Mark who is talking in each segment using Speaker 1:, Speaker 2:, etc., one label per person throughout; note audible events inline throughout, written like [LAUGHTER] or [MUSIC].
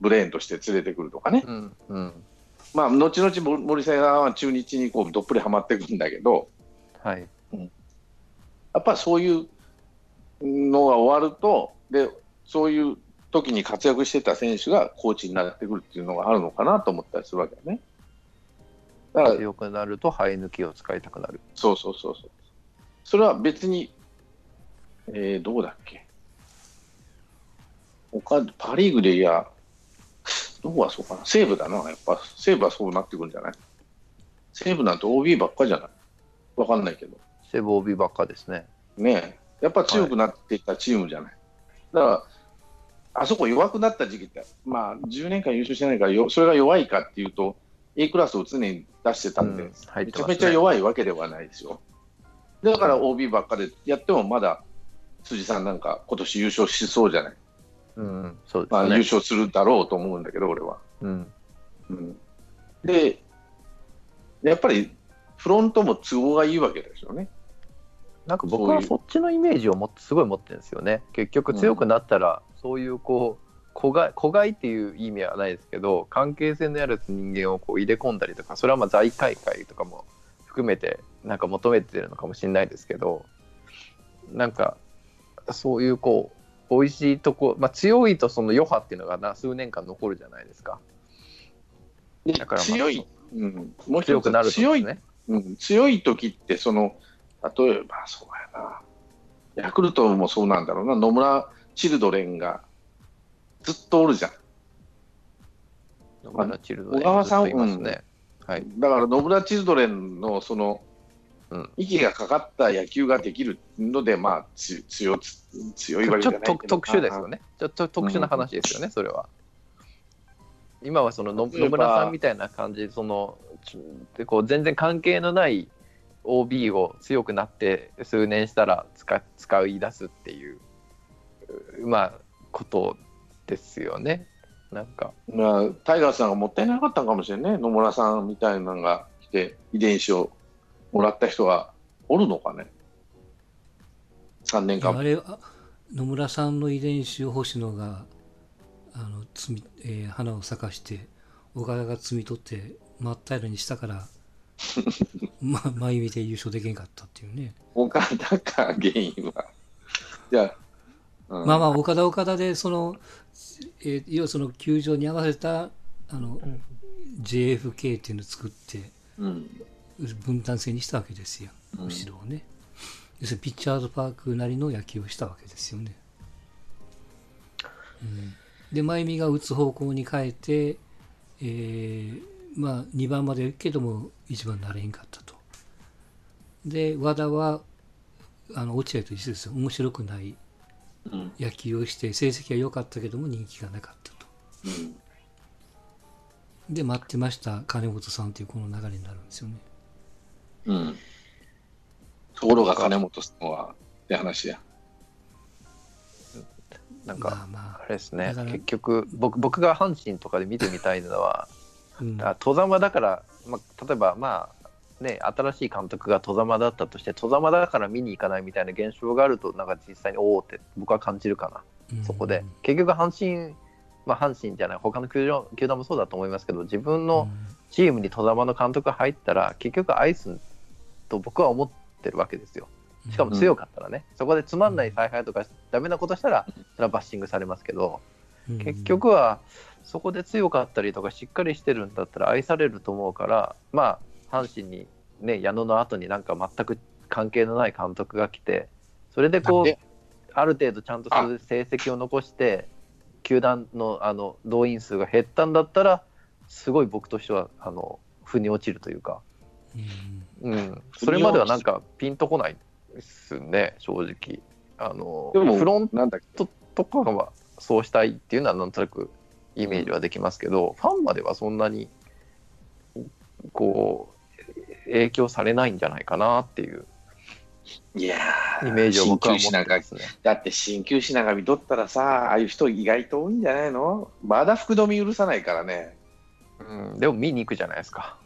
Speaker 1: ブレーンとして連れてくるとかね、
Speaker 2: うんうん
Speaker 1: まあ、後々森さんは中日にこうどっぷりはまっていくんだけど、
Speaker 2: はい
Speaker 1: やっぱそういうのが終わると、でそういう時に活躍してた選手がコーチになってくるっていうのがあるのかなと思ったりするわけだね。だから、
Speaker 2: 強くなると生え抜きを使いたくなる
Speaker 1: そうそうそうそう。それは別に、えー、どうだっけ。他、パ・リーグでいや、どこはそうかな。西武だな、やっぱ。西武はそうなってくるんじゃない西武なんて OB ばっかじゃないわかんないけど。
Speaker 2: セボ帯ばっかですね
Speaker 1: ねえやっぱ強くなっていったチームじゃない。だから、あそこ弱くなった時期って、まあ、10年間優勝してないからよ、それが弱いかっていうと、A クラスを常に出してたんで、
Speaker 2: うん入っ
Speaker 1: め
Speaker 2: て
Speaker 1: ち
Speaker 2: ますね
Speaker 1: ゃめちゃ弱いわけではないですよ。だから OB ばっかでやってもまだ辻さんなんか今年優勝しそうじゃない、
Speaker 2: うんそうで
Speaker 1: まあ、
Speaker 2: すね、
Speaker 1: 優勝するだろうと思うんだけど、俺は。
Speaker 2: うん
Speaker 1: で、やっぱりフロントも都合がいいわけですよね。
Speaker 2: なんか
Speaker 1: そ
Speaker 2: 僕
Speaker 1: うい
Speaker 2: は
Speaker 1: う
Speaker 2: そっちのイメージをもっとすごい持ってるんですよね結局強くなったら、そういうこう子が子がいっていう意味はないですけど関係性のある人間をこう入れ込んだりとかそれはまあ財界会とかも含めてなんか求めてるのかもしれないですけどなんかそういうこう美味しいとこ、まあ、強いとその余波っていうのがな数年間残るじゃないですか
Speaker 1: で
Speaker 2: だからまあ
Speaker 1: 強い、うん、もう一つ
Speaker 2: 強くなると
Speaker 1: 強い
Speaker 2: ね
Speaker 1: うん、強い時ってその例えばそうやなヤクルトもそうなんだろうな野村チルドレンがずっとおるじゃん
Speaker 2: 野村チルドレン
Speaker 1: 小川さん
Speaker 2: ずっといますね、はい
Speaker 1: だから野村チルドレンのその、
Speaker 2: うん
Speaker 1: 息がかかった野球ができるのでまあつ強つ強いわけ
Speaker 2: ち
Speaker 1: じゃ
Speaker 2: ょ
Speaker 1: な
Speaker 2: っ
Speaker 1: い
Speaker 2: と
Speaker 1: けど
Speaker 2: 特特殊ですよね。ちょっと特殊な話ですよね、それは。今はそのの
Speaker 1: 例えば
Speaker 2: 野村さんみたいな感じ、そのちでこう全然関係のない OB を強くなって数年したら使使い出すっていう、うまあ、ことですよね。なんか、
Speaker 1: まあ、タイガースさんがもったいなかったんかもしれないね野村さんみたいなのが来て遺伝子をもらった人がおるのかね3年間
Speaker 3: あれあ野村さんの遺伝子を星野があの摘み、えー花を咲かして岡田が摘み取って真っ平らにしたから、ま、前見て優勝できんかったっていうね、
Speaker 1: 岡田か、原因は。 [LAUGHS] じゃあ、うん
Speaker 3: まあまあ岡田岡田でその、えー要はその球場に合わせたあの、JFK っていうのを作って
Speaker 1: うん
Speaker 3: 分担制にしたわけですよ
Speaker 1: うん
Speaker 3: 後ろをね、要するにピッチャーズパークなりの野球をしたわけですよね、うん、で真由美が打つ方向に変えて、えーまあ、2番まで行くけども1番になれへんかったとで和田はあの落合と一緒ですよ面白くない
Speaker 1: うん
Speaker 3: 野球をして成績は良かったけども人気がなかったと
Speaker 1: うん
Speaker 3: で待ってました金本さんっていうこの流れになるんですよね
Speaker 1: うんところが金本さんはって話や。
Speaker 2: なん
Speaker 3: ま
Speaker 2: か
Speaker 3: あま
Speaker 2: あれですね
Speaker 3: だ、から
Speaker 2: 結局僕、僕が阪神とかで見てみたいのは、
Speaker 3: あ、うん
Speaker 2: だから戸ざまだから、まあ、例えばまあね新しい監督が戸ざまだったとして戸ざまだから見に行かないみたいな現象があるとなんか実際におおって僕は感じるかなそこで結局阪神まあ阪神じゃない他の球場球団もそうだと思いますけど自分
Speaker 3: うん
Speaker 2: のチームに戸ざまの監督が入ったら結局アイスと僕は思ってるわけですよしかも強かったらね、そこでつまんない采配とかダメなことしたらそれはバッシングされますけど、
Speaker 3: うん
Speaker 2: 結局はそこで強かったりとかしっかりしてるんだったら愛されると思うからまあ阪神にね矢野の後になんか全く関係のない監督が来てそれでこ
Speaker 1: で
Speaker 2: うある程度ちゃんとする成績を残して球団のあの動員数が減ったんだったらすごい僕としてはあの腑に落ちるというか、
Speaker 3: うん
Speaker 2: うん、それまではなんかピンとこないですね正直。あの
Speaker 1: でも
Speaker 2: フロン
Speaker 1: なんだっけ
Speaker 2: ととかはそうしたいっていうのはなんとなくイメージはできますけど、ファンまではそんなにこう影響されないんじゃないかなっていう
Speaker 1: いや
Speaker 2: イメージを僕は持
Speaker 1: 鍼灸
Speaker 2: っ
Speaker 1: 師
Speaker 2: て
Speaker 1: なんか
Speaker 2: ますね。
Speaker 1: だって鍼灸師なんか見とったらさ、ああいう人意外と多いんじゃないのまだ福留許さないからね。
Speaker 2: うん、でも見に行くじゃないですか。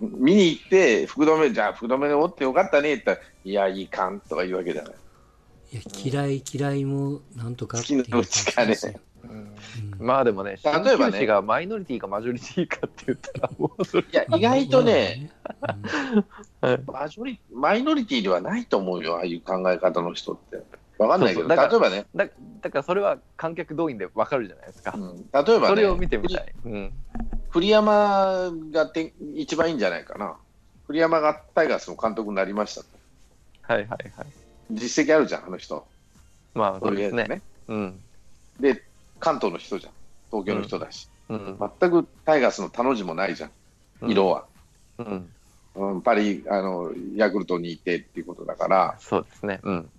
Speaker 1: 見に行って、福留、じゃあ福留でおってよかったねって言ったら、いや、いかんとか言うわけじゃない。
Speaker 3: いいや嫌い嫌いもなんとかってい
Speaker 1: 好
Speaker 3: う
Speaker 1: きなうちかね
Speaker 3: 感じですよ
Speaker 2: うん
Speaker 3: うん
Speaker 2: まあでもね、
Speaker 1: 例えばね
Speaker 2: 新旧氏がマイノリティかマジョリティかって言ったら、もうそれ、
Speaker 1: いや、意外とね、、
Speaker 3: まあまあ
Speaker 1: マジョリマイノリティではないと思うよ、ああいう考え方の人って。わかんないけど、
Speaker 2: そうそうだ
Speaker 1: 例えばね、
Speaker 2: だだからそれは観客動員でわかるじゃないですか。
Speaker 1: うん例えば
Speaker 2: それを
Speaker 1: ね、
Speaker 2: 見てみたい。うん。
Speaker 1: 栗山がて一番いいんじゃないかな。栗山がタイガースの監督になりましたと。
Speaker 2: はいはいはい。
Speaker 1: 実績あるじゃん、あの人。
Speaker 2: まあ
Speaker 1: と
Speaker 2: そう
Speaker 1: りあえ
Speaker 2: です
Speaker 1: ず
Speaker 2: ね。
Speaker 1: ね。
Speaker 2: うん。
Speaker 1: で、関東の人じゃん。東京の人だし。
Speaker 2: うん。
Speaker 1: 全くタイガースの他の字もないじゃん、色は。
Speaker 2: うん。
Speaker 1: うん、パリあの、ヤクルトにいてっていうことだから、
Speaker 2: そうですね。うん。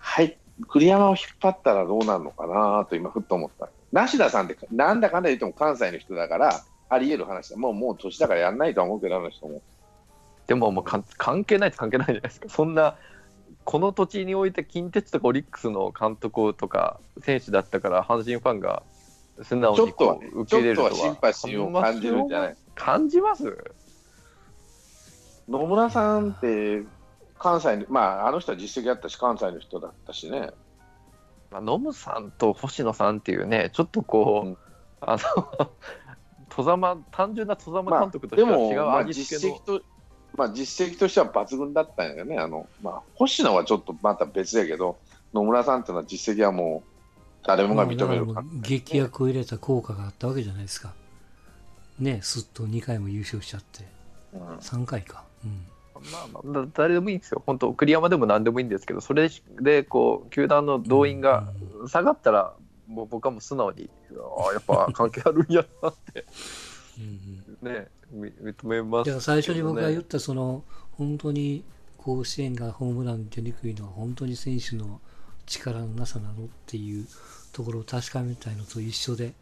Speaker 1: はい、栗山を引っ張ったらどうなるのかなと今、ふっと思った。梨田さんって、なんだかんだ言っても関西の人だから、あり得る話だ。もう、もう年だからやんないとは思うけど、あの人も。
Speaker 2: でももうかん関係ないと関係ないじゃないですか。そんな、この土地において近鉄とかオリックスの監督とか選手だったから、阪神ファンが素直
Speaker 1: ちょ
Speaker 2: に
Speaker 1: っとは
Speaker 2: こ
Speaker 1: ね、
Speaker 2: う受
Speaker 1: ち
Speaker 2: け入
Speaker 1: ょ
Speaker 2: れ
Speaker 1: っ
Speaker 2: る
Speaker 1: と
Speaker 2: と
Speaker 1: はシ
Speaker 2: は
Speaker 1: ンパシーを感じるんじゃない
Speaker 2: 感じます
Speaker 1: 野村さんって、関西の、まあ、あの人は実績あったし、関西の人だったしね。
Speaker 2: まあ、ノムさんと星野さんっていうね、ちょっとこう、
Speaker 1: うん
Speaker 2: あの、 [LAUGHS] 戸ざま、単純な戸ざま
Speaker 1: まあ、
Speaker 2: 監督と
Speaker 1: で
Speaker 2: しては
Speaker 1: も、
Speaker 2: 違う
Speaker 1: まあ、
Speaker 2: 味付
Speaker 1: 実
Speaker 2: けの、
Speaker 1: 績と、まあ、実績としては抜群だったんよね。あの、まあ、星野はちょっとまた別やけど、野村さんっていうのは実績はもう、誰もが認める
Speaker 3: だか
Speaker 1: か
Speaker 3: らもう劇薬を入れた効果があったわけじゃないですか。ね、すっと2回も優勝しちゃって、
Speaker 1: うん
Speaker 3: 3回か。うん
Speaker 2: まあまあだ誰でもいいんですよ。本当、栗山でも何でもいいんですけど、それで、こう、球団の動員が下がったら、もう僕はもう素直に、ああ、やっぱ関係あるんやなって
Speaker 3: うんうん
Speaker 2: ね、 [LAUGHS] み認めま
Speaker 3: だか
Speaker 2: す。
Speaker 3: ら最初に僕が言ったその本当に甲子園がホームラン出にくいのは本当に選手の力のなさなのっていうところを確かめたいのと一緒で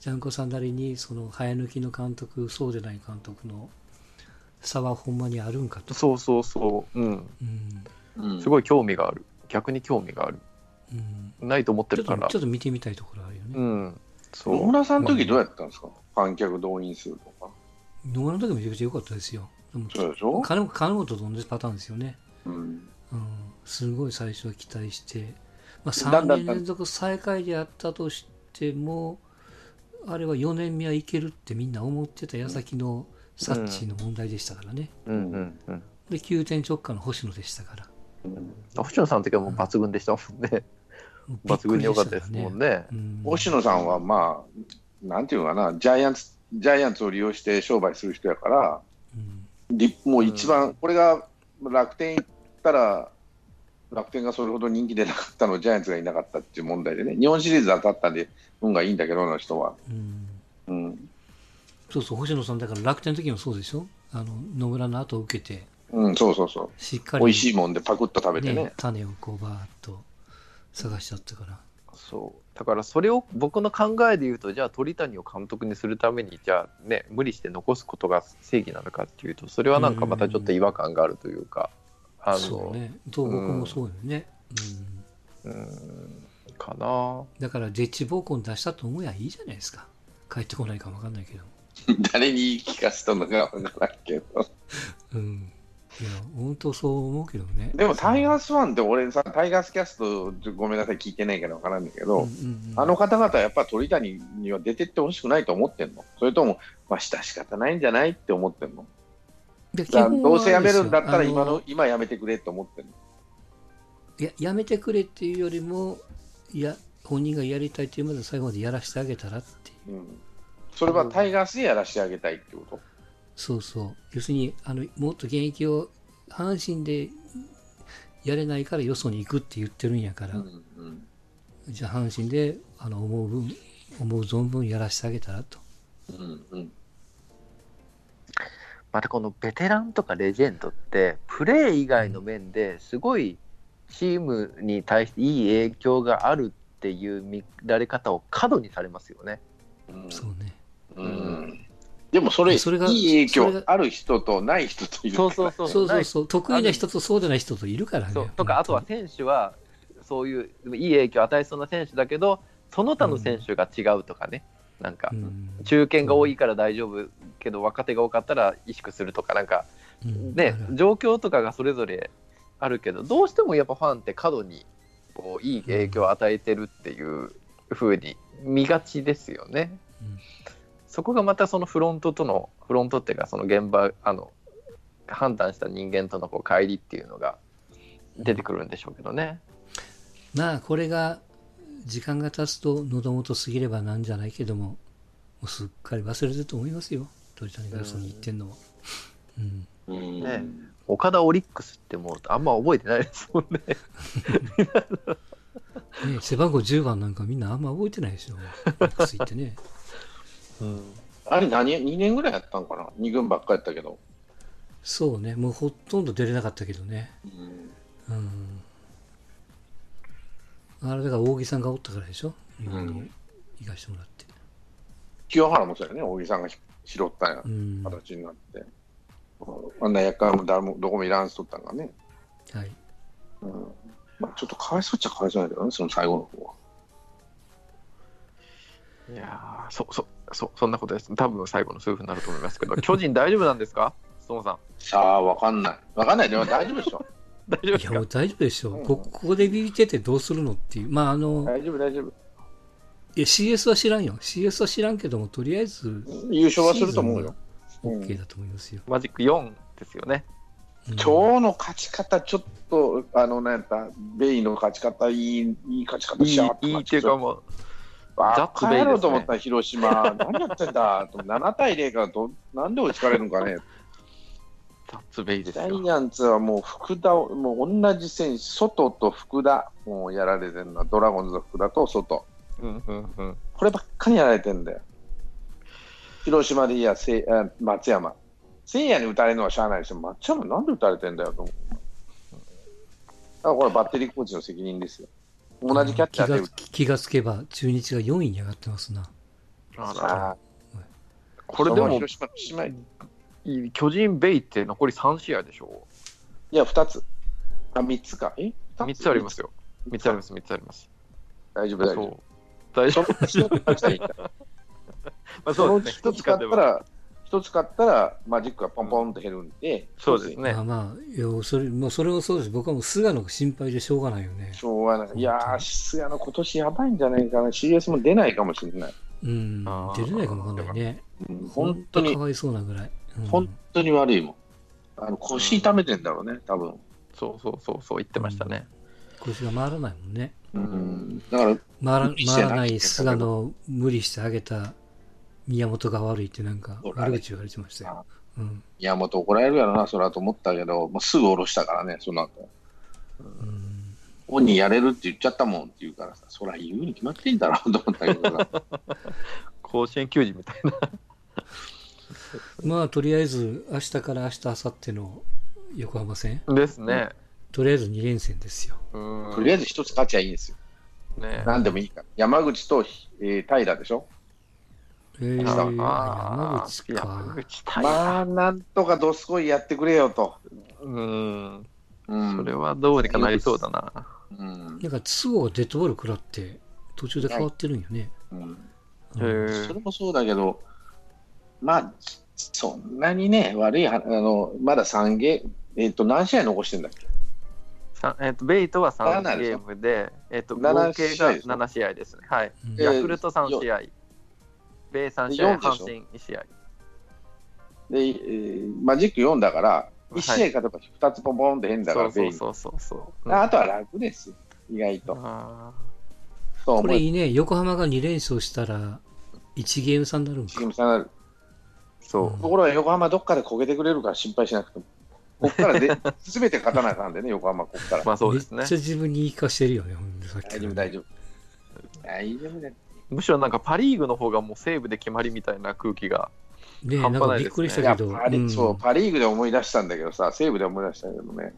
Speaker 3: ジャンコさんなりにその早抜きの監督そうでない監督の差はほんまにあるんかと、
Speaker 2: そうそうそう、うん、
Speaker 3: うん
Speaker 1: うん
Speaker 2: すごい興味がある。逆に興味がある。
Speaker 3: うん、
Speaker 2: ないと思って
Speaker 3: ちょ
Speaker 2: る
Speaker 3: っ
Speaker 2: か
Speaker 3: と
Speaker 2: ら
Speaker 3: ちょ。っと見てみたいところあるよね、
Speaker 2: うん、そ
Speaker 1: 野
Speaker 2: う。
Speaker 1: 村さんの時どうやったんですか、観客動員数とか。
Speaker 3: 野村の時もめちゃくちゃ良かったですよでも
Speaker 1: そうでしょ、
Speaker 3: 金本金本と同じパターンですよね
Speaker 1: うん、
Speaker 3: うん、すごい最初は期待して、まあ、
Speaker 1: だ
Speaker 3: 3
Speaker 1: んだん
Speaker 3: 年連続最下位でやったとしてもあれは4年目はいけるってみんな思ってた矢先のサッチーの問題でしたからね、
Speaker 2: うんうんうん
Speaker 3: で9点直下の星野でしたから
Speaker 2: 星野さんの時はもう抜群でしたもんね。
Speaker 3: もうび
Speaker 2: 抜
Speaker 3: っく
Speaker 2: 群
Speaker 3: り
Speaker 2: に良
Speaker 3: で
Speaker 2: か
Speaker 3: し
Speaker 2: った
Speaker 3: た
Speaker 2: で
Speaker 3: ら
Speaker 2: す
Speaker 3: ね
Speaker 2: もんね。
Speaker 3: うん
Speaker 1: 星野さんは、まあ、なんていうのかな、ジャイアンツ、ジャイアンツを利用して商売する人やから、
Speaker 3: うん
Speaker 1: りもう一番、
Speaker 2: うん
Speaker 1: これが楽天行ったら、楽天がそれほど人気出なかったのをジャイアンツがいなかったっていう問題でね、日本シリーズ当たったんで、運がいいんだけど、あの人は。
Speaker 3: うん
Speaker 1: うん、
Speaker 3: そうそう星野さんだから楽天の時もそうでしょあの野村の後を受けて
Speaker 1: うん、そうそうそ
Speaker 3: しっか
Speaker 1: う、
Speaker 3: り
Speaker 1: 美味しいもんで、パクッと食べてね。
Speaker 3: ね種をこうバーッと探しちゃったから
Speaker 2: そう。だからそれを僕の考えで言うと、じゃあ鳥谷を監督にするために、じゃあね、無理して残すことが正義なのかっていうと、それはなんかまたちょっと違和感があるというか、あ
Speaker 3: そ
Speaker 2: の、
Speaker 3: うね東北もそうよね、うん
Speaker 2: うん、かな。
Speaker 3: だから、絶地暴行に出したと思えばいいじゃないですか。帰ってこないかもわかんないけど。
Speaker 1: 誰に言い聞かせたのか分からんけど。
Speaker 3: うん。いや、本当そう思うけどね。
Speaker 1: でもタイガー
Speaker 3: ス、
Speaker 1: スファンって俺さ、タイガースキャスト、ちょごめんなさい、聞いてないから分からんだけ
Speaker 3: う
Speaker 1: ど、
Speaker 3: んうんうん
Speaker 1: あの、方々はやっぱ鳥谷には出てってほしくないと思ってんのそれとも、まあ、した仕方ないんじゃないって思ってんの
Speaker 3: で
Speaker 1: だからどうせ辞めるんだったら今。
Speaker 3: 基本はあ
Speaker 1: の、今辞めてくれと思ってんの。
Speaker 3: れですよあのいや、やめてくれっていうよりも、いや、本人がやりたいというまで最後までやらせてあげたらっていう。
Speaker 1: うん、それはタイガースでやらしてあげたいってこと
Speaker 3: そうそう。要するに、あの、もっと現役を阪神でやれないからよそに行くって言ってるんやか
Speaker 1: う
Speaker 3: ら、
Speaker 1: ん
Speaker 3: じゃあ阪神であの思う分、思う存分やらせてあげたらと。
Speaker 1: うんうん
Speaker 2: またこのベテランとかレジェンドってプレー以外の面ですごいチームに対していい影響があるっていう見られ方を過度にされますよね。
Speaker 1: うん
Speaker 3: そうね。
Speaker 1: うんでもそれ、
Speaker 3: それが
Speaker 1: いい影
Speaker 3: そ
Speaker 1: 響
Speaker 3: れが
Speaker 1: ある人とない人といる
Speaker 2: そうそうそう
Speaker 3: そうそう
Speaker 2: ない
Speaker 3: そう、得意な人とそうでない人といるからね。
Speaker 2: そうとかあとは
Speaker 3: 本
Speaker 2: 選手はそういういい影響を与えそうな選手だけどその他の選手が違うとかね、なんか
Speaker 3: 当にうん
Speaker 2: 中堅が多いから大丈夫けど若手が多かったら萎縮するとかなんか
Speaker 3: うん
Speaker 2: ね
Speaker 3: ある
Speaker 2: 状況とかがそれぞれあるけどどうしてもやっぱファンって過度にこういい影響を与えてるっていう風に見がちですよね。
Speaker 3: うん
Speaker 2: そこがまたそのフロントとのフロントっていうかその現場あの判断した人間とのこう乖離っていうのが出てくるんでしょうけどね。
Speaker 3: まあこれが時間が経つと喉元過ぎればなんじゃないけどももうすっかり忘れてると思いますよ鳥谷からそに言ってんのは、うん、
Speaker 1: うん
Speaker 2: ね岡田オリックスってもうあんま覚えてないですもんね。
Speaker 3: ね、背番号10番なんかみんなあんま覚えてないでしょ X って
Speaker 2: [LAUGHS]
Speaker 3: ね
Speaker 1: あれ何、2年ぐらいやったんかな、2軍ばっかやったけど、
Speaker 3: そうねもうほとんど出れなかったけどね
Speaker 1: うん
Speaker 3: うんあれだから大木さんがおったからでしょ日
Speaker 1: ん
Speaker 3: 本に行かしてもらって
Speaker 1: 清原もそうやね、大木さんが拾拾ったんや
Speaker 3: う、んは
Speaker 1: 形になって、あんな役割も誰もどこもいらんしとったんかね、
Speaker 3: い
Speaker 1: うんまあ、ちょっとかわいそうっちゃかわいそうやけどね、その最後の方は。
Speaker 2: いやーそそそそんなことです。多分最後の数分になると思いますけど、巨人大丈夫なんですか、 [LAUGHS] ストーンさん。
Speaker 1: さあ、わかんない、わかんない、でも大丈夫でしょ、
Speaker 2: 大丈夫
Speaker 3: い
Speaker 2: です
Speaker 3: やも
Speaker 2: か
Speaker 3: う。大丈夫でしょ
Speaker 1: うん
Speaker 3: こここでビビっててどうするのっていうまああ
Speaker 1: [LAUGHS]
Speaker 3: の、
Speaker 1: 大丈夫、大丈夫、
Speaker 3: いや CS は知らんよ CS は知らんけどもとりあえず
Speaker 1: 優勝はすると思うよ。
Speaker 3: シーズンは OK だと思いますよ、
Speaker 2: マジック4ですよね。
Speaker 3: うん
Speaker 1: 今日の勝ち方、ちょっと、あの、なんやった、ベイの勝ち方、いい、いい勝ち方
Speaker 2: い
Speaker 1: し
Speaker 2: い
Speaker 1: やがっ、た
Speaker 2: いいっていうかもう、
Speaker 1: バカ野郎と思っ
Speaker 2: ザ
Speaker 1: た、広島、何やってんだ、と7対0からど、なんで追いつかれるのかね、
Speaker 2: タッツベイです
Speaker 1: ジャ
Speaker 2: よ。
Speaker 1: イアンツはもう、福田を、もう同じ選手、外と福田、もうやられてるのは、ドラゴンズの福田と外、
Speaker 2: うんうんうん。
Speaker 1: こればっかりやられてんだよ。広島でいいや、せいあ松山。せいやに打たれるのはしゃあないし、松山なんで打たれてんだよと思う。だからこれバッテリーコーチの責任ですよ。同じキャッチャーで打
Speaker 3: 気が気がつけば中日が4位に上がってますな
Speaker 2: あ
Speaker 1: つ
Speaker 2: ら
Speaker 1: あ
Speaker 2: これで
Speaker 1: その
Speaker 2: も、
Speaker 1: 広島の姉妹い
Speaker 2: 巨人ベイって残り3試合でしょ。
Speaker 1: や、2つ。あ、3つか。え
Speaker 2: 3つありますよ。3つあります、3つあります。
Speaker 1: 大丈夫、大丈
Speaker 2: そ
Speaker 1: 夫。
Speaker 2: う。大
Speaker 1: そ
Speaker 2: 丈
Speaker 1: のうち1つ勝っその
Speaker 2: 夫。[LAUGHS] そううで
Speaker 1: ち
Speaker 2: すね
Speaker 1: 一つ勝ったら、一つ勝ったら、マジックがポンポンと減るんで、
Speaker 2: そうですね
Speaker 3: まあ。まあいやそれもうそれもそうです僕はもう菅野が心配でしょうがないよね
Speaker 1: しょうがない。いやー、菅野、今年やばいんじゃないかな。CS も出ないかもしれない。
Speaker 3: うん
Speaker 2: あー
Speaker 3: 出れないかもわかんないね
Speaker 1: うん本当に
Speaker 3: かわいそうなぐらい、うん
Speaker 1: 本当に悪いもん。あの腰痛めてんだろうね、多分。
Speaker 2: そうそうそう、そう言ってましたね。
Speaker 3: 腰が回らないもんね
Speaker 2: う
Speaker 1: うんん、だから、
Speaker 3: 回ら
Speaker 1: 無理して
Speaker 3: 回
Speaker 1: な
Speaker 3: らない菅野を無理してあげた宮本が悪いってなんか
Speaker 1: そうだね
Speaker 3: 悪口言われてましたよ、うん
Speaker 1: 宮本怒られるやろな、それはと思ったけど、もうすぐ下ろしたからね、その後。
Speaker 3: うん、
Speaker 1: 本人やれるって言っちゃったもんって言うからさ、そりゃ言うに決まってんだろうと思ったけどさ
Speaker 2: 甲子園球児みたいな。
Speaker 3: まあとりあえず明日から明日明後日の横浜戦
Speaker 2: ですね。
Speaker 3: とりあえず2連戦ですよ
Speaker 2: うん。
Speaker 1: とりあえず一つ勝ちゃいいんですよ。
Speaker 2: ね
Speaker 1: 何でもいいから。山口と、えー平ですよ。
Speaker 3: えー、山
Speaker 2: あ
Speaker 3: 口
Speaker 2: ー山
Speaker 3: か。
Speaker 2: 口大
Speaker 1: まあ、なんとかどすこいやってくれよと。
Speaker 2: うん。
Speaker 1: うん。
Speaker 2: それはどうにかなりそうだな。
Speaker 1: うん
Speaker 3: なんか、都合がデッドボール食らって、途中で変わってるんよね。
Speaker 1: うん
Speaker 2: へ
Speaker 3: うん
Speaker 1: そ
Speaker 2: ー
Speaker 1: れもそうだけど、まあ、そんなにね、悪いはあの、まだ3ゲえっ、と、何試合残してんだっけ
Speaker 2: さんえっとベイトは3ゲームで、えっと合計が
Speaker 1: 7
Speaker 2: 7試合ですね。はい。
Speaker 3: うん
Speaker 1: え
Speaker 2: ヤ
Speaker 1: ー
Speaker 2: クルト3試合、ベイ3試合、
Speaker 1: 四でしょ
Speaker 2: 阪神1試合。
Speaker 1: で、えーマジック4だから、1試合勝てば2つポンポンって変だか
Speaker 2: そ
Speaker 1: ら、
Speaker 2: うそ
Speaker 1: 全
Speaker 2: う
Speaker 1: 員
Speaker 2: そうそうそう。
Speaker 1: ああとは楽です、意外と。
Speaker 2: あ
Speaker 1: そう
Speaker 3: こ
Speaker 1: 思
Speaker 3: れ
Speaker 1: う。
Speaker 3: いいね、横浜が2連勝したら、1ゲーム差になるん
Speaker 1: チー
Speaker 3: か。
Speaker 1: ム差になる
Speaker 2: ーそう
Speaker 1: ところが横浜どっかで焦げてくれるから心配しなくても。こっから
Speaker 2: [LAUGHS]
Speaker 1: で全て勝たなあかんでね、横浜こっから
Speaker 2: う。。まあそうです
Speaker 3: め
Speaker 2: ね
Speaker 3: っち。ゃ自分に言い聞かしてるよね、ほんでさっき
Speaker 1: 大丈夫、大丈夫。大丈夫だよ。
Speaker 2: むしろなんかパ・リーグの方がもうセーブで決まりみたいな空気が。
Speaker 3: ねえ、な
Speaker 2: 半
Speaker 3: ん
Speaker 2: 端
Speaker 3: か
Speaker 2: ない
Speaker 3: び
Speaker 2: です
Speaker 3: っ
Speaker 2: ね
Speaker 3: くりし
Speaker 1: い
Speaker 3: た
Speaker 1: や
Speaker 3: けど。
Speaker 1: パリ、
Speaker 3: うん
Speaker 1: そう、パリーグで思い出したんだけどさ、西武で思い出したけどね、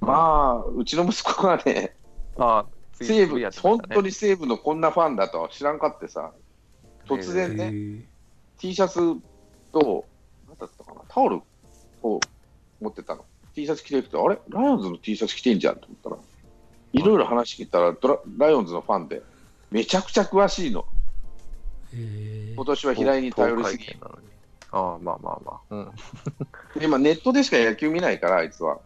Speaker 1: まあ、うちの息子がね、
Speaker 2: ああ、ツイ
Speaker 1: 西
Speaker 2: ツイ
Speaker 1: 武、
Speaker 2: やってま
Speaker 1: 本
Speaker 2: したね
Speaker 1: 当に西武のこんなファンだとは知らんかってさ、突
Speaker 3: へ
Speaker 1: 然ね、
Speaker 3: え
Speaker 1: T シャツと、なんだったかな、タオルを持ってたの。T シャツ着てるて、あれライオンズの T シャツ着てんじゃんと思ったら、いろいろ話聞いたらドラ、ライオンズのファンで、めちゃくちゃ詳しいの。
Speaker 3: へえ
Speaker 1: 今年は平井に頼りすぎ
Speaker 2: 東。海圏なのにああ、まあまあまあ。うん。
Speaker 1: 今、ネットでしか野球見ないから、あいつは。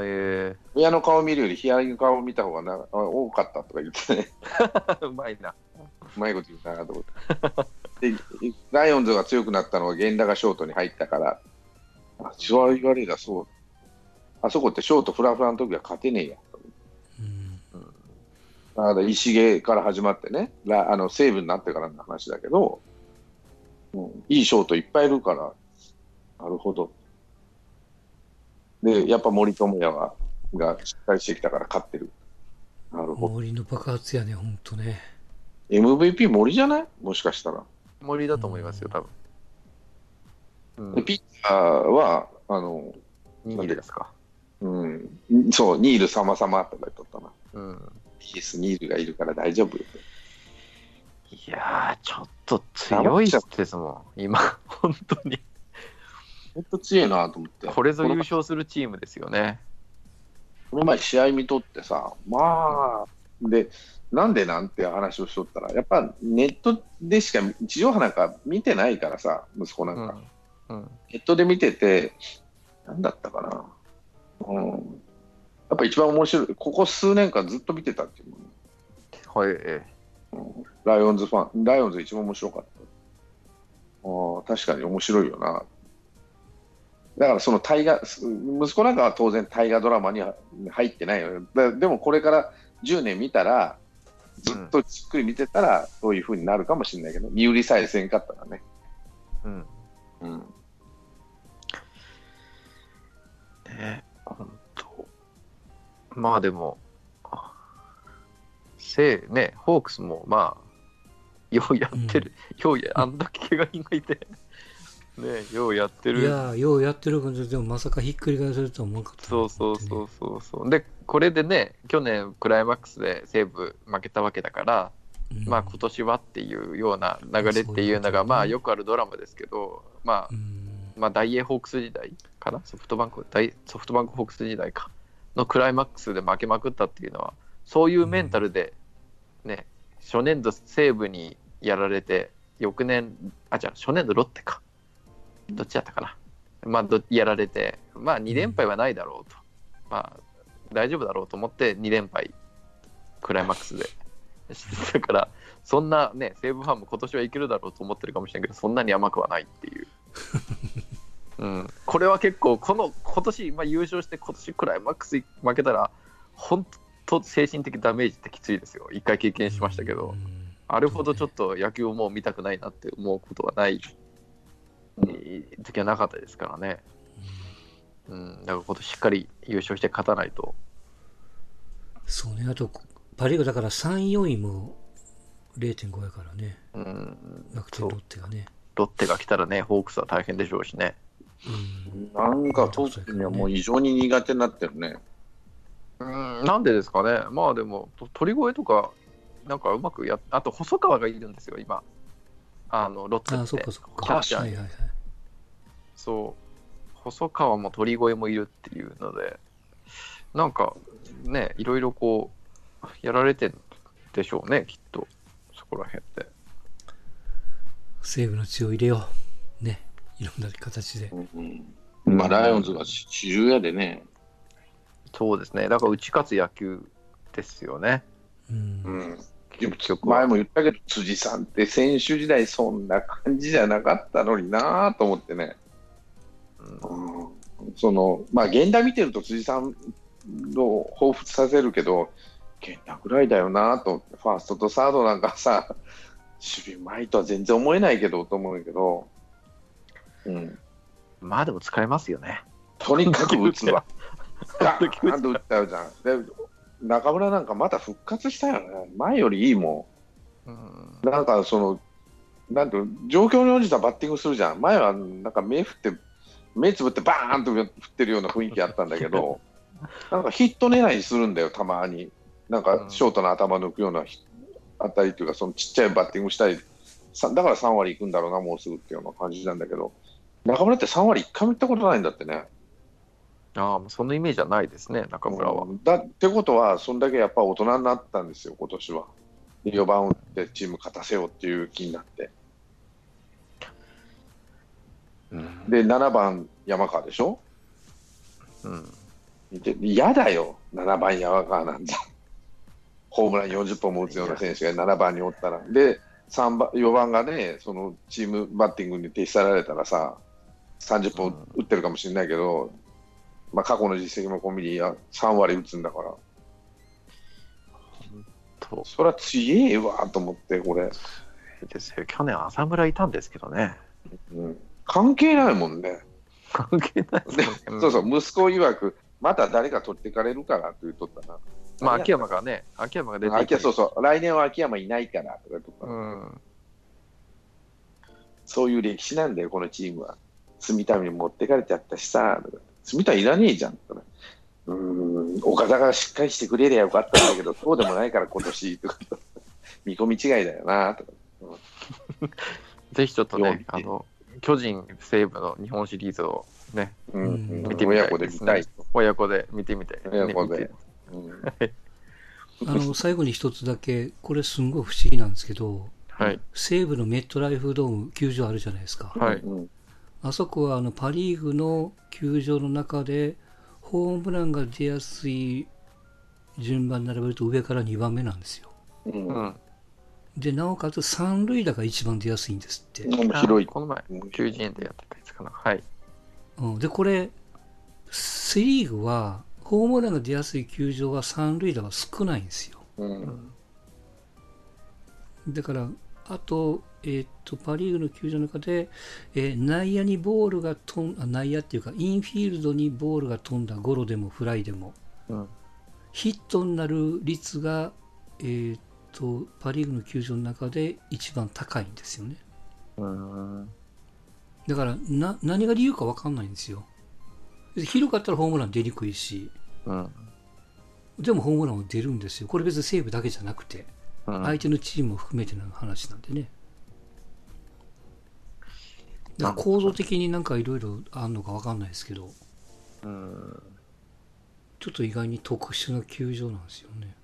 Speaker 2: え
Speaker 1: 親の顔を見るより、ヒアリの顔を見た方がな [LAUGHS] 多かったとか言ってね、 [LAUGHS]
Speaker 2: ー、 [LAUGHS] うまいな。
Speaker 1: うまいこと言うなと思って。で、ライオンズが強くなったのは源田がショートに入ったから、あそう言われりゃそう。あそこってショートフラフラの時は勝てねえや。
Speaker 3: うん
Speaker 1: だから石毛から始まってね、ラあの西武になってからの話だけど、うん、いいショートいっぱいいるから、なるほど。で、やっぱ森友哉ががしっかりしてきたから勝ってる。なるほど。
Speaker 3: 森の爆発やね、ほんとね。
Speaker 1: MVP 森じゃないもしかしたら。
Speaker 2: 森だと思いますよ、多分。うん
Speaker 1: で、ピッチャーは、あの、
Speaker 2: 2位ですか。
Speaker 1: うん、そう、ニール様様とか言っとったな。
Speaker 2: うん。
Speaker 1: イエスニールがいるから大丈夫。
Speaker 2: いやー、ちょっと強いですもん、今、本当に。
Speaker 1: 本当強いなと思って。
Speaker 2: これぞ優勝するチームですよね。
Speaker 1: この前試合見とってさ、まあ、で、なんでなんて話をしとったら、やっぱネットでしか地上波なんか見てないからさ、息子なん
Speaker 2: う
Speaker 1: か。
Speaker 2: ん。うん。
Speaker 1: ネットで見てて、なんだったかな。うん。やっぱ一番面白い、ここ数年間ずっと見てたっていう
Speaker 2: はい。え
Speaker 1: うんライオンズファン、ライオンズ一番面白かった。あー確かに面白いよな。だからその大河、す息子なんかは当然大河ドラマには入ってないよね。だでもこれから10年見たら、ずっとじっくり見てたら、そういう風になるかもしれないけど、身売りさえせんかったらね。
Speaker 2: えうん。
Speaker 1: うん。
Speaker 2: ね本当まあでも、せいね、ホークスもまあ、ようやってる、ようや、あんだけ怪我人がいて、 [LAUGHS] ね、ようやって
Speaker 3: い
Speaker 2: る。
Speaker 3: やー、ようやってるけど、でもまさかひっくり返せるとは思わなかったな。
Speaker 2: そうそうそ
Speaker 3: 本
Speaker 2: うそうそう。で、これでね、去年クライマックスで西武負けたわけだから、
Speaker 3: 当にね。
Speaker 2: まあ今年はっていうような流れっていうの
Speaker 3: そういうこと
Speaker 2: が、
Speaker 3: ね
Speaker 2: まあよくあるドラマですけど、まあ
Speaker 3: うん。
Speaker 2: まあ、ダイエーホークス時代かなソフトバンク大ソフトバンクホークス時代かのクライマックスで負けまくったっていうのはそういうメンタルで、ね初年度西武にやられて翌年あじゃあ初年度ロッテかどっちだったかな、まあ、どやられて、まあ、2連敗はないだろうと、まあ、大丈夫だろうと思って2連敗クライマックス
Speaker 3: [LAUGHS]
Speaker 2: で。だからそんなね西武ファンも今年はいけるだろうと思ってるかもしれないけどそんなに甘くはないって [LAUGHS] いううん、これは結構この今年、まあ、優勝して今年クライマックス負けたら本当精神的ダメージってきついですよ一回経験しましたけど、
Speaker 3: うん
Speaker 2: あれほどちょっと野球をもう見たくないなって思うことはないえー時はなかったですからね、うん、だから今年しっかり優勝して勝たないと
Speaker 3: そうね、あと、パ・リーグだから3位、4位も0.5やからね、
Speaker 2: うん
Speaker 3: 楽天
Speaker 2: そう
Speaker 3: ロッテがね。
Speaker 2: ロッテが来たらねホークスは大変でしょうしね、
Speaker 3: うん
Speaker 1: なんか、トークにはもう異常に苦手になってるね。
Speaker 2: うん、なんでですかねまあでもと鳥越とかなんかうまくやっあと細川がいるんですよ今あのロッテって
Speaker 3: ああ、そっかそっか。
Speaker 2: キャッチャー
Speaker 3: はいはいはい。
Speaker 2: そう細川も鳥越もいるっていうのでなんかねいろいろこうやられてんでしょうねきっとそこら辺って
Speaker 3: 西武の血を入れよう。ね。いろんな形で。
Speaker 1: うんまあ、ライオンズが主流やでね。
Speaker 2: そうですねだから打ち勝つ野球ですよね
Speaker 3: うん。
Speaker 1: ん。
Speaker 2: 結局
Speaker 1: 前
Speaker 2: は
Speaker 1: も言ったけど、辻さんって選手時代、そんな感じじゃなかったのになぁと思ってね、
Speaker 2: うん
Speaker 1: そのまあ、源田見てると辻さんを彷彿させるけど、源田ぐらいだよなぁと思って、ファーストとサードなんかさ、守備前とは全然思えないけどと思うんやけど、うん、
Speaker 2: まあでも疲れますよね
Speaker 1: とにかく打つ
Speaker 2: [LAUGHS]
Speaker 1: わ、ガ
Speaker 2: 時々
Speaker 1: ーンと打ったよじゃん。で中村なんかまた復活したよね、前よりいいもん。
Speaker 2: うん
Speaker 1: なんかその、なんていうの状況に応じたバッティングするじゃん、前はなんか目振って、目つぶってバーンと振ってるような雰囲気あったんだけど、なんかヒット狙いするんだよ、たまに、なんかショートの頭抜くようなひ当たりというか、そのちっちゃいバッティングしたり、さだから3割いくんだろうな、もうすぐっていうような感じなんだけど、中村って3割1回もいったことないんだってね。
Speaker 2: ああもうそのイメージはないですね中村は、
Speaker 1: だってことは、そんだけやっぱ大人になったんですよ、今年は。4番打ってチーム勝たせようっていう気になって。
Speaker 2: うん
Speaker 1: で、7番、山川でしょ、
Speaker 2: うん
Speaker 1: 見て嫌だよ、7番山川なんざ。ホームラン40本も打つような選手が7番におったら。で、三番4番がね、そのチームバッティングに徹さられたらさ、30本打ってるかもしれないけど、まあ、過去の実績も込みでや3割打つんだから、
Speaker 2: と
Speaker 1: そりゃ強えわと思って、これ、
Speaker 2: ですよ去年浅村いたんですけどね
Speaker 1: うん、関係ないもんね。
Speaker 2: 関係ないです
Speaker 1: で
Speaker 2: よね
Speaker 1: そうそう、息子曰く、また誰か取っていかれるからって言っとったな。
Speaker 2: まあ秋山がね秋山が出て
Speaker 1: 秋山そうそう、来年は秋山いないからとか言っとった、
Speaker 2: うん
Speaker 1: そういう歴史なんだよ、このチームは。住谷に持ってかれちゃったしさ、とか住谷いらねえじゃんとか。うーん、岡田がしっかりしてくれりゃよかったんだけど、そうでもないから今年 [LAUGHS] とか、見込み違いだよな、とか。
Speaker 2: ぜひちょっと
Speaker 1: 四位
Speaker 2: ねあの巨人西武の日本シリーズをね
Speaker 1: うん、
Speaker 3: うん
Speaker 1: 見てみたい親子で見たい。
Speaker 2: 親子で見てみたい、ね、
Speaker 1: 親子で
Speaker 2: 見て
Speaker 1: うん
Speaker 3: あの、最後に一つだけ、これすんごい不思議なんですけど、
Speaker 2: はい
Speaker 3: 西武のメットライフドーム球場あるじゃないですか。
Speaker 2: はい
Speaker 1: うん
Speaker 3: あそこはあのパ・リーグの球場の中でホームランが出やすい順番に並べると上から2番目なんですよ。
Speaker 1: うん
Speaker 2: う
Speaker 1: うん
Speaker 2: ん
Speaker 3: でなおかつ三塁打が一番出やすいんですって。
Speaker 1: 広い
Speaker 2: あ。この前球児園でやってたやつかなはい
Speaker 3: うん、でこれセ・リーグはホームランが出やすい球場は三塁打は少ないんですよ。
Speaker 1: うん
Speaker 3: だからあと,、えーっとパ・リーグの球場の中で、えー内野にボールが飛んあ内野っていうかインフィールドにボールが飛んだゴロでもフライでも
Speaker 2: うん
Speaker 3: ヒットになる率が、えーっとパ・リーグの球場の中で一番高いんですよね
Speaker 2: うん
Speaker 3: だからな何が理由か分かんないんですよで広かったらホームラン出にくいし
Speaker 2: うん
Speaker 3: でもホームランは出るんですよこれ別に西武だけじゃなくて
Speaker 2: うん
Speaker 3: 相手のチームも含めての話なんでね。だから構造的になんかいろいろあるのかわかんないですけど、
Speaker 2: うん
Speaker 3: ちょっと意外に特殊な球場なんですよね。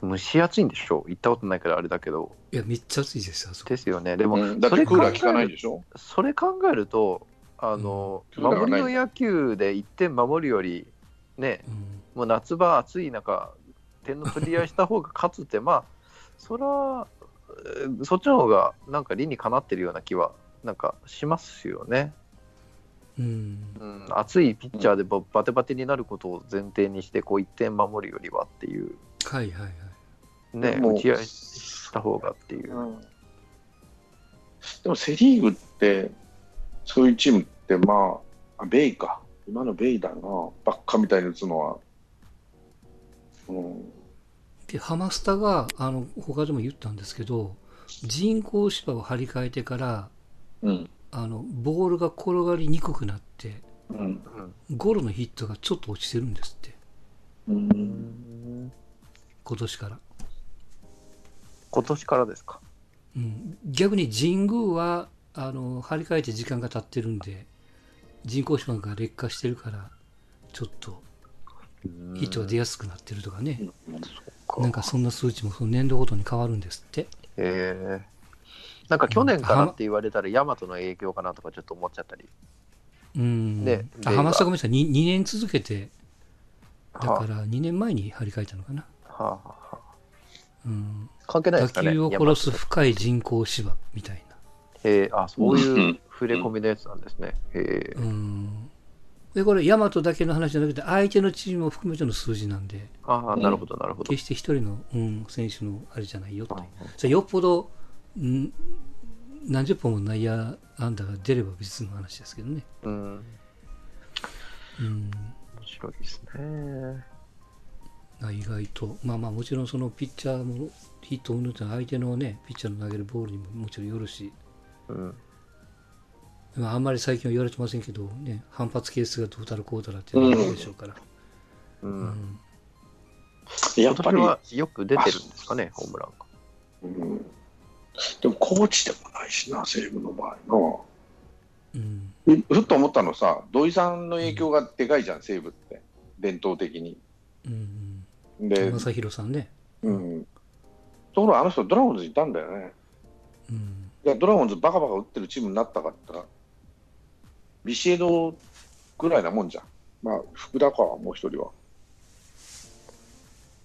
Speaker 2: 蒸し暑いんでしょ行ったことないからあれだけど
Speaker 3: いや、めっちゃ暑いですよ、あそこ。
Speaker 2: ですよねでも、
Speaker 1: うんだってクーラー効かないでしょ
Speaker 2: それ考えるとあの、
Speaker 1: うん
Speaker 2: 守りの野球で1点守るよりね
Speaker 3: うん、
Speaker 2: もう夏場暑い中点の取り合いした方が勝つ
Speaker 1: [LAUGHS]
Speaker 2: ってまあそらえーそっちの方がなんか理にかなってるような気はなんかしますよね、
Speaker 3: うん、
Speaker 2: うん、暑いピッチャーでばバテバテになることを前提にしてこう1点守るよりはっていう
Speaker 3: はいはいはい。
Speaker 2: ね
Speaker 1: でも
Speaker 2: 打ち合いした方がっていう、
Speaker 1: うんでもセ・リーグって、そういうチームって、まあ、あベイか、今のベイだな、ばっかみたいに打つのは、うん、
Speaker 3: で、ハマスタが、あの、他でも言ったんですけど、人工芝を張り替えてから、
Speaker 1: うん、
Speaker 3: あの、ボールが転がりにくくなって、
Speaker 1: うん、
Speaker 2: うん
Speaker 3: ゴロのヒットがちょっと落ちてるんですって、
Speaker 1: うん、
Speaker 3: 今年から。
Speaker 2: 今年からですか
Speaker 3: うん逆に神宮はあの張り替えて時間が経ってるんで人工芝が劣化してるからちょっとヒットが出やすくなってるとかね、なんかそんな数値もその年度ごとに変わるんですって
Speaker 2: えなんか去年からって言われたら、ヤマトの影響かなとかちょっと思っちゃったり、
Speaker 3: うん
Speaker 2: で
Speaker 3: あ
Speaker 2: で
Speaker 3: 浜下ごめんなさい 2, 2年続けてだ
Speaker 2: はあ
Speaker 3: から2年前に張り替えたのかな、
Speaker 2: はあはあは
Speaker 3: うん、
Speaker 2: あ関係ない
Speaker 3: 打
Speaker 2: ですかね。
Speaker 3: 球を殺す深い人工芝みたい
Speaker 2: えあそう
Speaker 1: う
Speaker 2: いうん触れ込みのやつなんですね。え
Speaker 3: な、うん、でこれ大和だけの話じゃなくて相手のチームを含めての数字なんで
Speaker 2: ああ、なるほど、なるほど。
Speaker 3: 決して一人の、うん、選手のあれじゃないよとじゃあよっぽどん何十本も内野安打が出れば別の話ですけどね。
Speaker 2: うん、面
Speaker 3: うん
Speaker 2: 白いですね。
Speaker 3: まあ意外と、まあまあもちろんそのピッチャーもヒットを打ぬというのは相手のね、ピッチャーの投げるボールにももちろんよるし、
Speaker 2: うん、
Speaker 3: まあ、あんまり最近は言われてませんけど、ね、反発係数がどうたらこうたらっていうのがあるでしょうから。
Speaker 2: う、
Speaker 3: うんん
Speaker 1: や
Speaker 2: や
Speaker 1: っ
Speaker 2: っ
Speaker 1: ぱ
Speaker 2: ぱ
Speaker 1: り
Speaker 2: り、はよく出てるんですかね、ホームランが。
Speaker 1: うん、でもコーチでもないしな、西武の場合
Speaker 3: うん
Speaker 1: な、えふっと思ったのさ、土井さんの影響がでかいじゃん、西武って、伝統的に。
Speaker 3: うんう
Speaker 1: で
Speaker 3: ん、、正弘さんね、
Speaker 1: うん、ところがあの人、ドラゴンズいたんだよね。
Speaker 3: うん、
Speaker 1: いや、ドラゴンズバカバカ打ってるチームになったかったら、ビシエドぐらいなもんじゃん。まあ、福田か、もう一人は。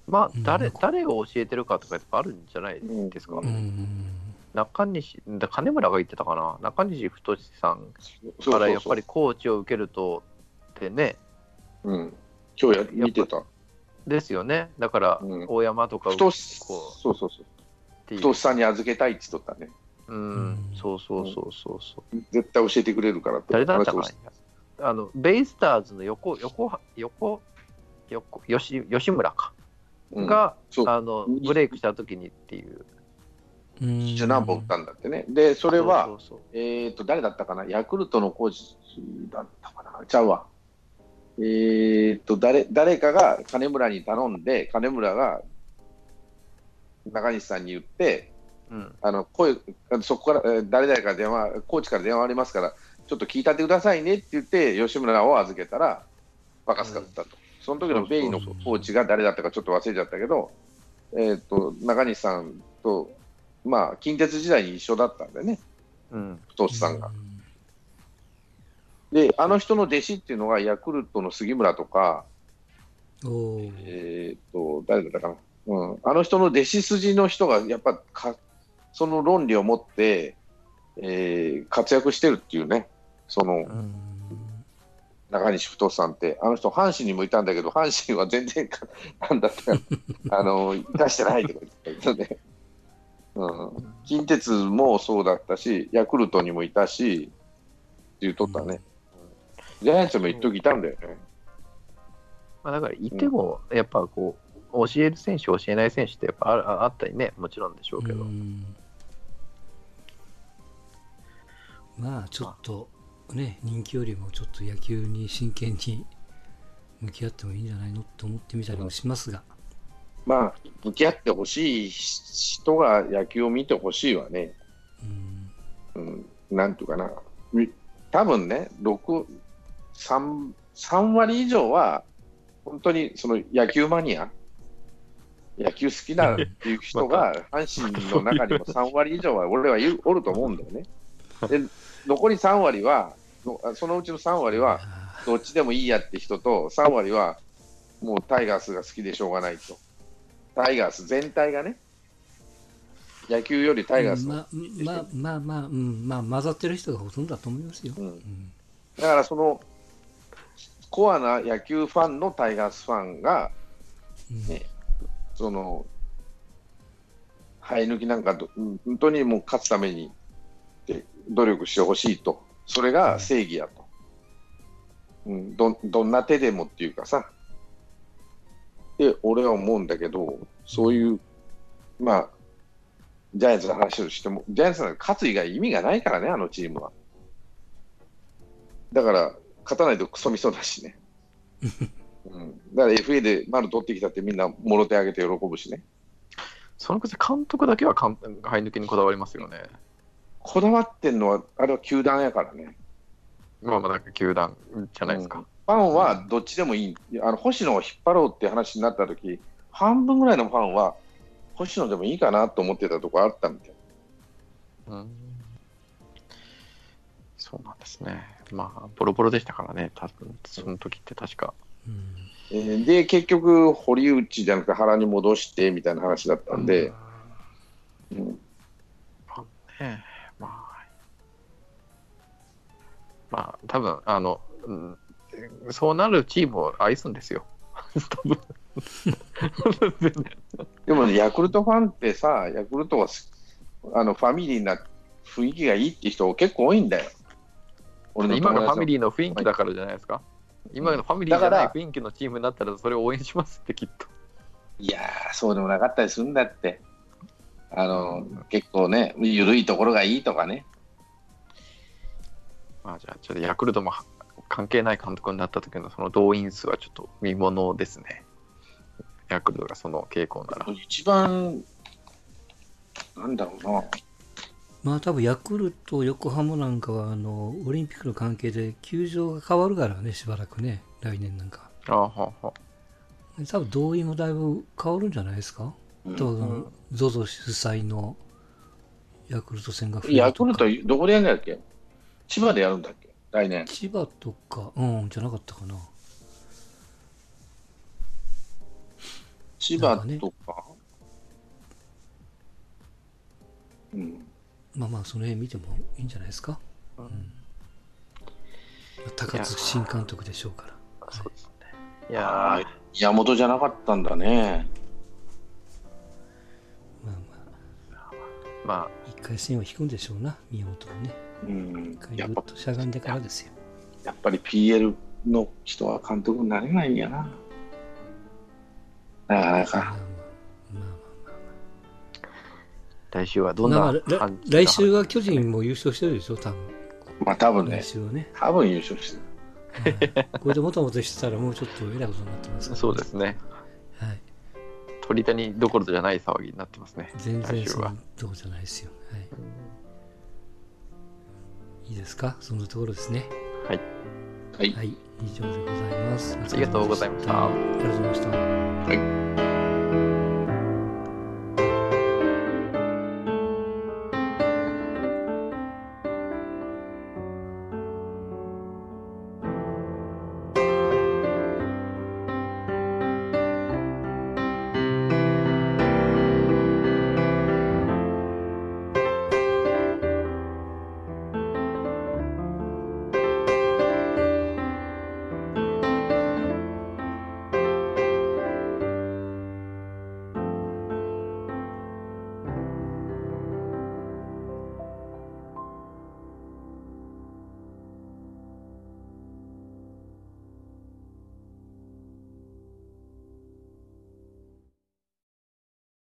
Speaker 2: まあ
Speaker 3: うん
Speaker 2: 誰誰を教えてるかとかやっぱあるんじゃないですか、
Speaker 1: う
Speaker 3: うん
Speaker 2: 中西だ金村が言ってたかな中西太さん
Speaker 1: そう
Speaker 2: から
Speaker 1: そ
Speaker 2: や
Speaker 1: う
Speaker 2: っ
Speaker 1: そ
Speaker 2: ぱ
Speaker 1: う
Speaker 2: りコーチを受けるとってね
Speaker 1: うん、今日や見てた。
Speaker 2: ですよねだから
Speaker 1: うん
Speaker 2: 大山とかを
Speaker 1: 太
Speaker 2: っ
Speaker 1: し、
Speaker 2: こ
Speaker 1: そうそうそう。
Speaker 2: ていう
Speaker 1: 太さんに預けたいって言っとったね。
Speaker 2: うんそうそうそうそうそう
Speaker 1: 絶対教えてくれるからって
Speaker 2: 誰だった
Speaker 1: 話
Speaker 2: か
Speaker 1: を
Speaker 2: な
Speaker 1: して
Speaker 2: あのベイスターズの横横横横吉吉村か、
Speaker 1: うん、
Speaker 2: が
Speaker 1: そう
Speaker 2: あのブレイクした時にっていう
Speaker 3: うん
Speaker 1: 十何本打ったんだってね。で、それは、
Speaker 2: そうそう
Speaker 1: えっ、と、誰だったかな、ヤクルトのコーチだったかな、ちゃうわ。えっ、と誰、誰かが金村に頼んで、金村が中西さんに言って、
Speaker 2: そううん
Speaker 1: あの声あのそこから、えー誰々から電話、コーチから電話ありますから、ちょっと聞いたってくださいねって言って、吉村を預けたら、バカスカだったと、その時のベイの
Speaker 3: そうそうそう
Speaker 1: コーチが誰だったかちょっと忘れちゃったけど、えっと中西さんと、まあ、近鉄時代に一緒だったんでね、
Speaker 2: うん
Speaker 1: 太さんが。で、あの人の弟子っていうのが、ヤクルトの杉村とか、
Speaker 3: うんおー
Speaker 1: えっ、と、誰だったかな、うん、あの人の弟子筋の人が、やっぱか、その論理を持って、えー活躍してるっていうね、その
Speaker 3: うん
Speaker 1: 中西太さんって、あの人、阪神にもいたんだけど、阪神は全然 [LAUGHS] か、なんだったか、あの、出してないとか言ってたね。うん、近鉄もそうだったし、ヤクルトにもいたし、っていうとったね。ジャイアンツも一時いたんだよね。
Speaker 2: まあ、だからいてもやっぱこう教える選手教えない選手ってやっぱあああったりねもちろんでしょうけど、
Speaker 3: うんまあちょっとね人気よりもちょっと野球に真剣に向き合ってもいいんじゃないのって思ってみたりもしますが、
Speaker 1: まあ、向き合ってほしい人が野球を見てほしいわね、
Speaker 3: うん、
Speaker 1: うん、なんていうかな、み多分ね、6 3, 3割以上は、本当にその野球マニア、野球好きだっていう人が、阪神の中にも3割以上は、俺はいるおると思うんだよね。で残り3割は、のあそのうちの3割は、
Speaker 3: あ
Speaker 1: どっちでもいいやって人と、3割はもうタイガースが好きでしょうがないと。タイガース全体がね、野球よりタイガー
Speaker 3: ー
Speaker 1: スの、
Speaker 3: ままあまあまあ、うん、まあ混ざってる人がほとんどだと思いますよ、
Speaker 1: うん
Speaker 3: うん
Speaker 1: だからそのコアな野球ファンのタイガースファンが、
Speaker 3: うん
Speaker 1: ねその生え抜きなんかど、うん本当にもう勝つためにって努力してほしいと、それが正義やと、うんどん、どんな手でもっていうかさ、で俺は思うんだけど、そういう、まあ、ジャイアンツの話をしても、ジャイアンツなんか勝つ以外意味がないからね、あのチームは。だから、勝たないとクソみそだしね。うん、だから FA で丸取ってきたってみんなもろ手あげて喜ぶしね。
Speaker 2: そのくせ監督だけはかん生え抜きにこだわりますよね
Speaker 1: こだわってんのは、あれは球団やからね。
Speaker 2: まあまあなんか球団じゃないですか、
Speaker 1: ファンはどっちでもいい。あの星野を引っ張ろうって話になった時、半分ぐらいのファンは、星野でもいいかなと思ってたとこあったみたい。
Speaker 2: うんそうなんですねまあボロボロでしたからね多分その時って確か
Speaker 3: うん
Speaker 1: えーで、結局、堀内じゃなくて原に戻してみたいな話だったんで、うん
Speaker 2: ねえまあ、まあ、多分あの、うん、そうなるチームを愛すんですよ。多分
Speaker 1: でもね、ヤクルトファンってさ、ヤクルトはすあのファミリーな雰囲気がいいって人結構多いんだよ。俺の友
Speaker 2: 今
Speaker 1: 達
Speaker 2: のフ
Speaker 1: は
Speaker 2: ァミリーの雰囲気だからじゃないですか。今のファミリーじゃない雰囲気のチームになったらそれを応援しますってきっと。
Speaker 1: いやー、そうでもなかったりするんだって。あの、結構ね、ゆるいところがいいとかね。
Speaker 2: まあじゃあちょっとヤクルトもは関係ない監督になった時のその動員数はちょっと見ものですね。ヤクルトがその傾向なら。
Speaker 1: 一番、なんだろうな。
Speaker 3: まあ多分ヤクルト、横浜なんかはあのオリンピックの関係で球場が変わるからね、しばらくね、来年なんか。
Speaker 2: ああはあはあ
Speaker 3: で多分動員もだいぶ変わるんじゃないですか、
Speaker 1: うん
Speaker 3: 多分 ZOZO 主催のヤクルト戦が増え
Speaker 1: ヤ
Speaker 3: ると
Speaker 1: クル
Speaker 3: か
Speaker 1: ト、どこでやるんだっけ千葉でやるんだっけ来年。
Speaker 3: 千葉とか、うん、じゃなかったかな。
Speaker 1: 千葉とか、うん、
Speaker 3: まあまあその辺見てもいいんじゃないですか、
Speaker 2: う
Speaker 3: うんん、高津新監督でしょうから
Speaker 2: そうですね。い
Speaker 1: あ
Speaker 2: や
Speaker 1: ー宮本じゃなかったんだね。
Speaker 3: まあ
Speaker 2: ーま
Speaker 3: まあ一回線を引くんでしょうな宮本はね
Speaker 1: うん
Speaker 3: 一、回
Speaker 1: やっ
Speaker 3: ぐっ
Speaker 1: ぱ
Speaker 3: としゃがんでからですよ
Speaker 1: やっぱり PL の人は監督になれないんやな。なかな
Speaker 3: まあま
Speaker 1: か。
Speaker 3: あまあまあ
Speaker 2: あ、来週はど
Speaker 3: ま
Speaker 2: んな
Speaker 3: あまあ
Speaker 2: 感じ
Speaker 3: 来週は巨人も優勝してるでしょ多分
Speaker 1: まあ多分
Speaker 3: 来
Speaker 1: ね、
Speaker 3: 週はね、
Speaker 1: 多分優勝してる。
Speaker 3: はいこれでもたもたしてたらもうちょっとえらいことになってますから
Speaker 2: そうですね。
Speaker 3: はい
Speaker 2: 鳥谷どころじゃない騒ぎになってますね。
Speaker 3: 全
Speaker 2: 来
Speaker 3: 然
Speaker 2: 週
Speaker 3: そん
Speaker 2: は
Speaker 3: なとこじゃないですよはいいいですかそんなところですね
Speaker 1: はい。
Speaker 3: はい以上でございます
Speaker 2: ありがとうございました
Speaker 3: ありがとうございました
Speaker 1: はい